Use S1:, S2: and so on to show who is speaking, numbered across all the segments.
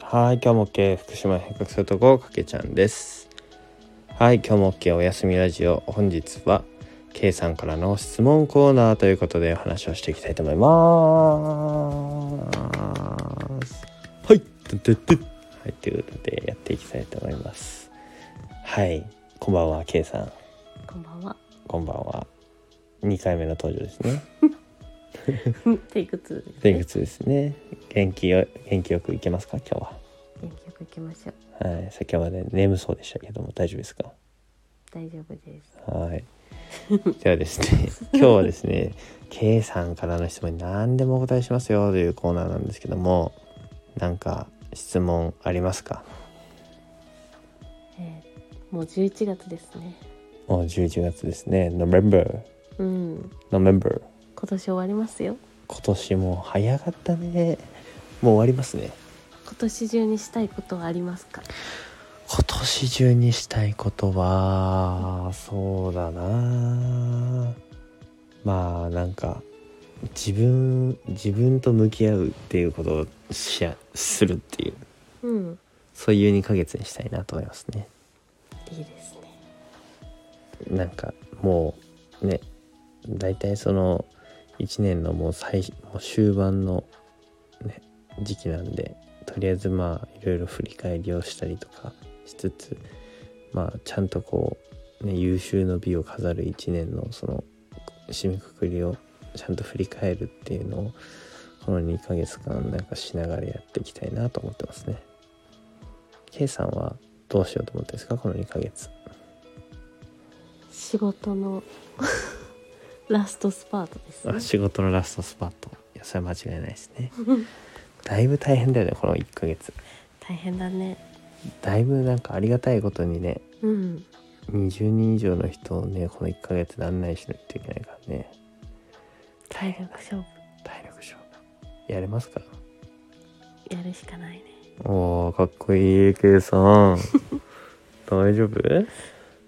S1: はい、今日も OK 福島変革するとこかけちゃんです。はい、今日も OK おやすみラジオ本日は K さんからの質問コーナーということでお話をしていきたいと思います。はい、てんてんてんはい、ということでやっていきたいと思います。はい、こんばんは K さん、
S2: こんばんは。
S1: こんばんは。2回目の登場ですね。
S2: テイクツー。
S1: 前屈ですね。元気よ元気よくいけますか今日は。
S2: 元気よく行きましょう。
S1: はい、先ほどまで眠そうでしたけども大丈夫ですか
S2: 大丈夫です。
S1: はい。ではです ね、今日はですね、K さんからの質問に何でもお答えしますよというコーナーなんですけども、なんか質問ありますか
S2: えー、もう11月ですね。
S1: もう11月ですね、November、
S2: うん。
S1: November。
S2: 今年終わりますよ。
S1: 今年も早かったね。もう終わりますね。
S2: 今年中にしたいことはありますか。
S1: 今年中にしたいことはそうだなまあなんか自分自分と向き合うっていうことをしやするっていう
S2: うん。
S1: そういう2ヶ月にしたいなと思いますね
S2: いいですね。
S1: なんかもうね大体その1年のもう最もう終盤の、ね、時期なんでとりあえずまあいろいろ振り返りをしたりとかしつつまあちゃんとこう、ね、優秀の美を飾る1年のその締めくくりをちゃんと振り返るっていうのをこの2ヶ月間なんかしながらやっていきたいなと思ってますね。K さんはどうしようと思ってるんですかこの2ヶ月。
S2: 仕事の ラストスパートですね
S1: あ。仕事のラストスパットいやそれは間違いないですね だいぶ大変だよねこの1ヶ月
S2: 大変だね。
S1: だいぶなんかありがたいことにね
S2: うん。
S1: 20人以上の人をねこの1ヶ月で案内しないといけないからね
S2: 体力勝負
S1: 体力勝負やれますか
S2: やるしかないね。
S1: おーかっこいい K さん 大丈夫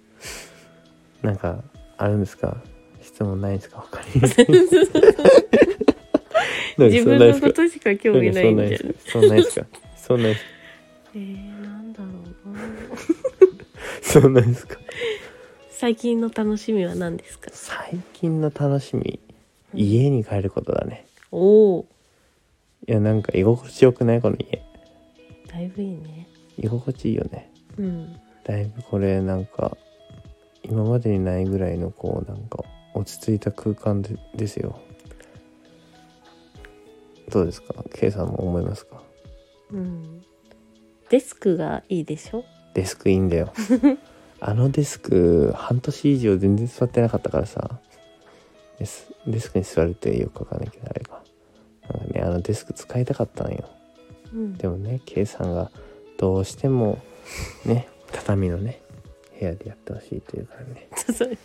S1: なんかあるんですか質問 ないですか他になんかそ
S2: 自
S1: ん
S2: 分
S1: な
S2: のことしか興味ないんだよね。
S1: そんなですかそんなですかそんなですか
S2: えー、なんだろうな。
S1: そうなんですか
S2: 最近の楽しみは何ですか。
S1: 最近の楽しみ家に帰ることだね
S2: おお。
S1: いやなんか居心地よくないこの家
S2: だいぶいいね。
S1: 居心地いいよね
S2: うん。
S1: だいぶこれなんか今までにないぐらいのこうなんか落ち着いた空間でですよどうですか K さんも思いますか
S2: うん。デスクがいいでしょ。
S1: デスクいいんだよあのデスク半年以上全然座ってなかったからさデスデスクに座るってよくわかんないけどあれかなんかねあのデスク使いたかったのよ
S2: うん
S1: でもね K さんがどうしてもね畳のね部屋でやってほしいというからね
S2: それ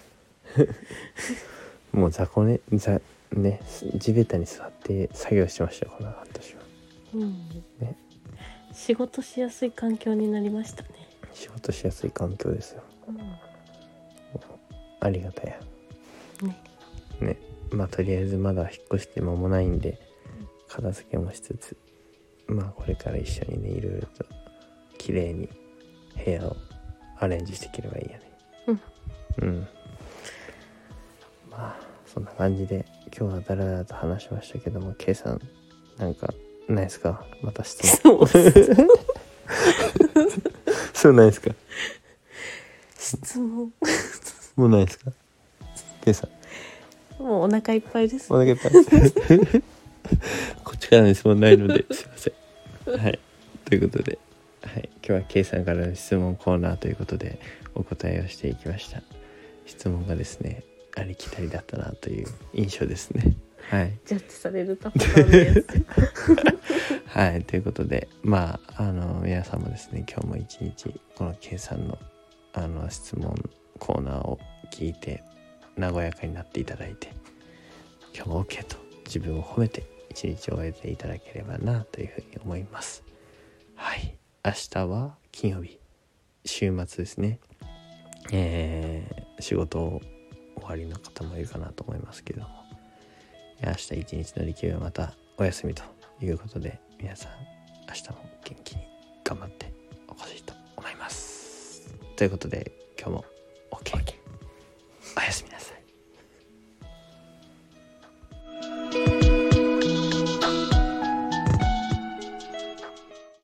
S1: もう雑魚ねざね地べたに座って作業してましたよこの半年は
S2: うん
S1: ね
S2: 仕事しやすい環境になりましたね。
S1: 仕事しやすい環境ですよありがたや
S2: ね
S1: ねまあとりあえずまだ引っ越して間もないんで片付けもしつつまあこれから一緒にねいろいろと綺麗に部屋をアレンジしていければいいよねうん、まあそんな感じで今日はだらだらと話しましたけども K さんなんかないですかまた質 問
S2: そう
S1: そうないですか
S2: 質問
S1: もうないですか K さん
S2: もうお腹いっぱいです
S1: お。腹いっぱいです こっちからの質問ないの ですいませんはいということで、はい、今日は K さんからの質問コーナーということでお答えをしていきました質問がですねありきたりだったなという印象ですねはい
S2: ジャッジされる パターンのやつ。
S1: はい、ということでまああの皆さんもですね今日も一日この K さんのあの質問コーナーを聞いて和やかになっていただいて今日も OK と自分を褒めて一日を終えていただければなというふうに思います。はい明日は金曜日週末ですねえー仕事終わりの方もいるかなと思いますけども明日一日の力はまたお休みということで皆さん明日も元気に頑張ってお越しと思いますということで今日も OK